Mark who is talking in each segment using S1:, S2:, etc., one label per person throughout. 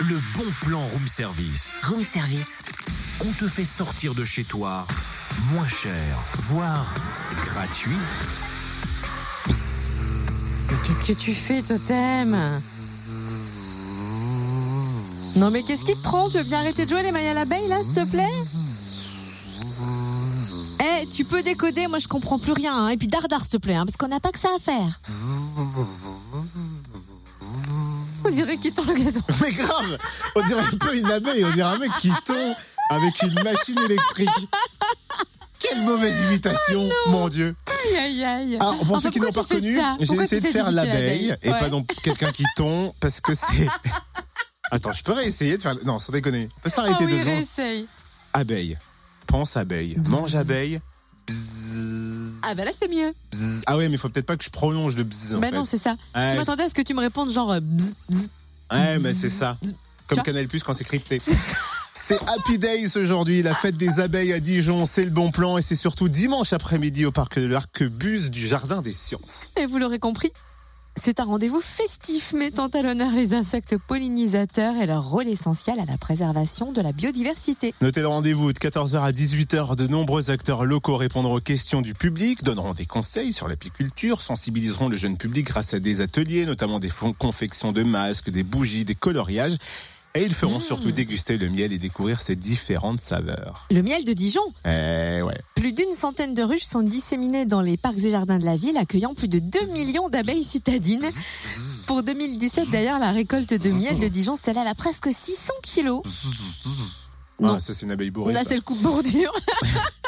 S1: Le bon plan room service.
S2: Room service.
S1: On te fait sortir de chez toi moins cher, voire gratuit.
S2: Mais qu'est-ce que tu fais, Totem Non, mais qu'est-ce qui te prend Tu veux bien arrêter de jouer les mailles à l'abeille, là, s'il te plaît Eh, tu peux décoder, moi je comprends plus rien. hein. Et puis dardard, s'il te plaît, hein, parce qu'on n'a pas que ça à faire. On dirait qu'il tend le gazon.
S3: Mais grave On dirait un peu une abeille, on dirait un mec qui tombe avec une machine électrique. Quelle mauvaise imitation, mon Dieu
S2: Aïe, aïe, aïe.
S3: Alors, pour
S2: Oh Enfin,
S3: ceux qui n'ont pas
S2: pourquoi tu fais
S3: reconnu,
S2: ça
S3: j'ai
S2: Pourquoi
S3: essayé
S2: tu
S3: de
S2: fais
S3: faire
S2: d'imiter
S3: l'abeille et
S2: Ouais.
S3: pas donc quelqu'un qui tombe parce que c'est... Attends, je pourrais essayer de faire... Non, sans déconner. On
S2: Ah
S3: peut s'arrêter
S2: oui,
S3: deux secondes.
S2: réessaye.
S3: Abeille. Pense abeille. Mange abeille.
S2: Ah bah là c'est mieux.
S3: Bzz. Ah ouais, mais il faut peut-être pas que je prolonge le bzz. en
S2: bah
S3: fait. Ah,
S2: non, c'est ça.
S3: Ouais,
S2: je m'attendais à ce que tu me répondes genre euh, bzz, bzz.
S3: Ouais, mais c'est ça. Comme
S2: vois
S3: Canal Plus quand c'est crypté. C'est Happy Days aujourd'hui, la fête des abeilles à Dijon, c'est le bon plan et c'est surtout dimanche après-midi au parc de l'Arquebuse du Jardin des Sciences.
S2: Et vous l'aurez compris, c'est un rendez-vous festif mettant à l'honneur les insectes pollinisateurs et leur rôle essentiel à la préservation de la biodiversité.
S3: Notez le rendez-vous de 14h à 18h, de nombreux acteurs locaux répondront aux questions du public, donneront des conseils sur l'apiculture, sensibiliseront le jeune public grâce à des ateliers, notamment des fon- confections de masques, des bougies, des coloriages. Et ils
S2: Mmh.
S3: feront surtout déguster le miel et découvrir ses différentes saveurs.
S2: Le miel de Dijon,
S3: Eh ouais.
S2: plus d'une centaine de ruches sont disséminées dans les parcs et jardins de la ville, accueillant plus de 2 millions d'abeilles citadines. Pour 2017 d'ailleurs, la récolte de miel de Dijon s'élève à presque 600 kilos. Non.
S3: Ah, ça c'est une abeille bourrée.
S2: Là
S3: ça.
S2: c'est le coup de bordure.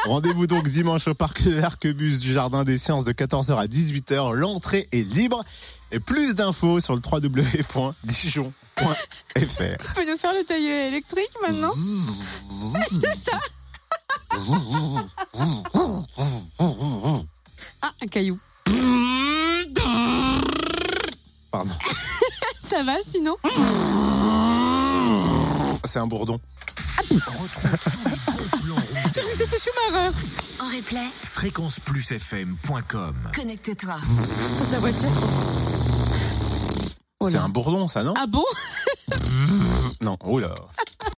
S3: Rendez-vous donc dimanche au parc de l'Arquebus du Jardin des Sciences de 14h à 18h. L'entrée est libre. Et plus d'infos sur le www.dijon.fr.
S2: Tu peux nous faire le tailleur électrique maintenant C'est ça Ah, un caillou.
S3: Pardon,
S2: Ça va sinon
S3: c'est un bourdon.
S1: Retrouve tous les bons plans room service.
S2: C'était Schumacher
S4: En replay,
S1: fréquenceplusfm.com
S4: connecte-toi.
S2: dans sa voiture. Oh
S3: C'est
S2: là.
S3: un bourdon, ça, non
S2: Ah bon
S3: Non, oh là.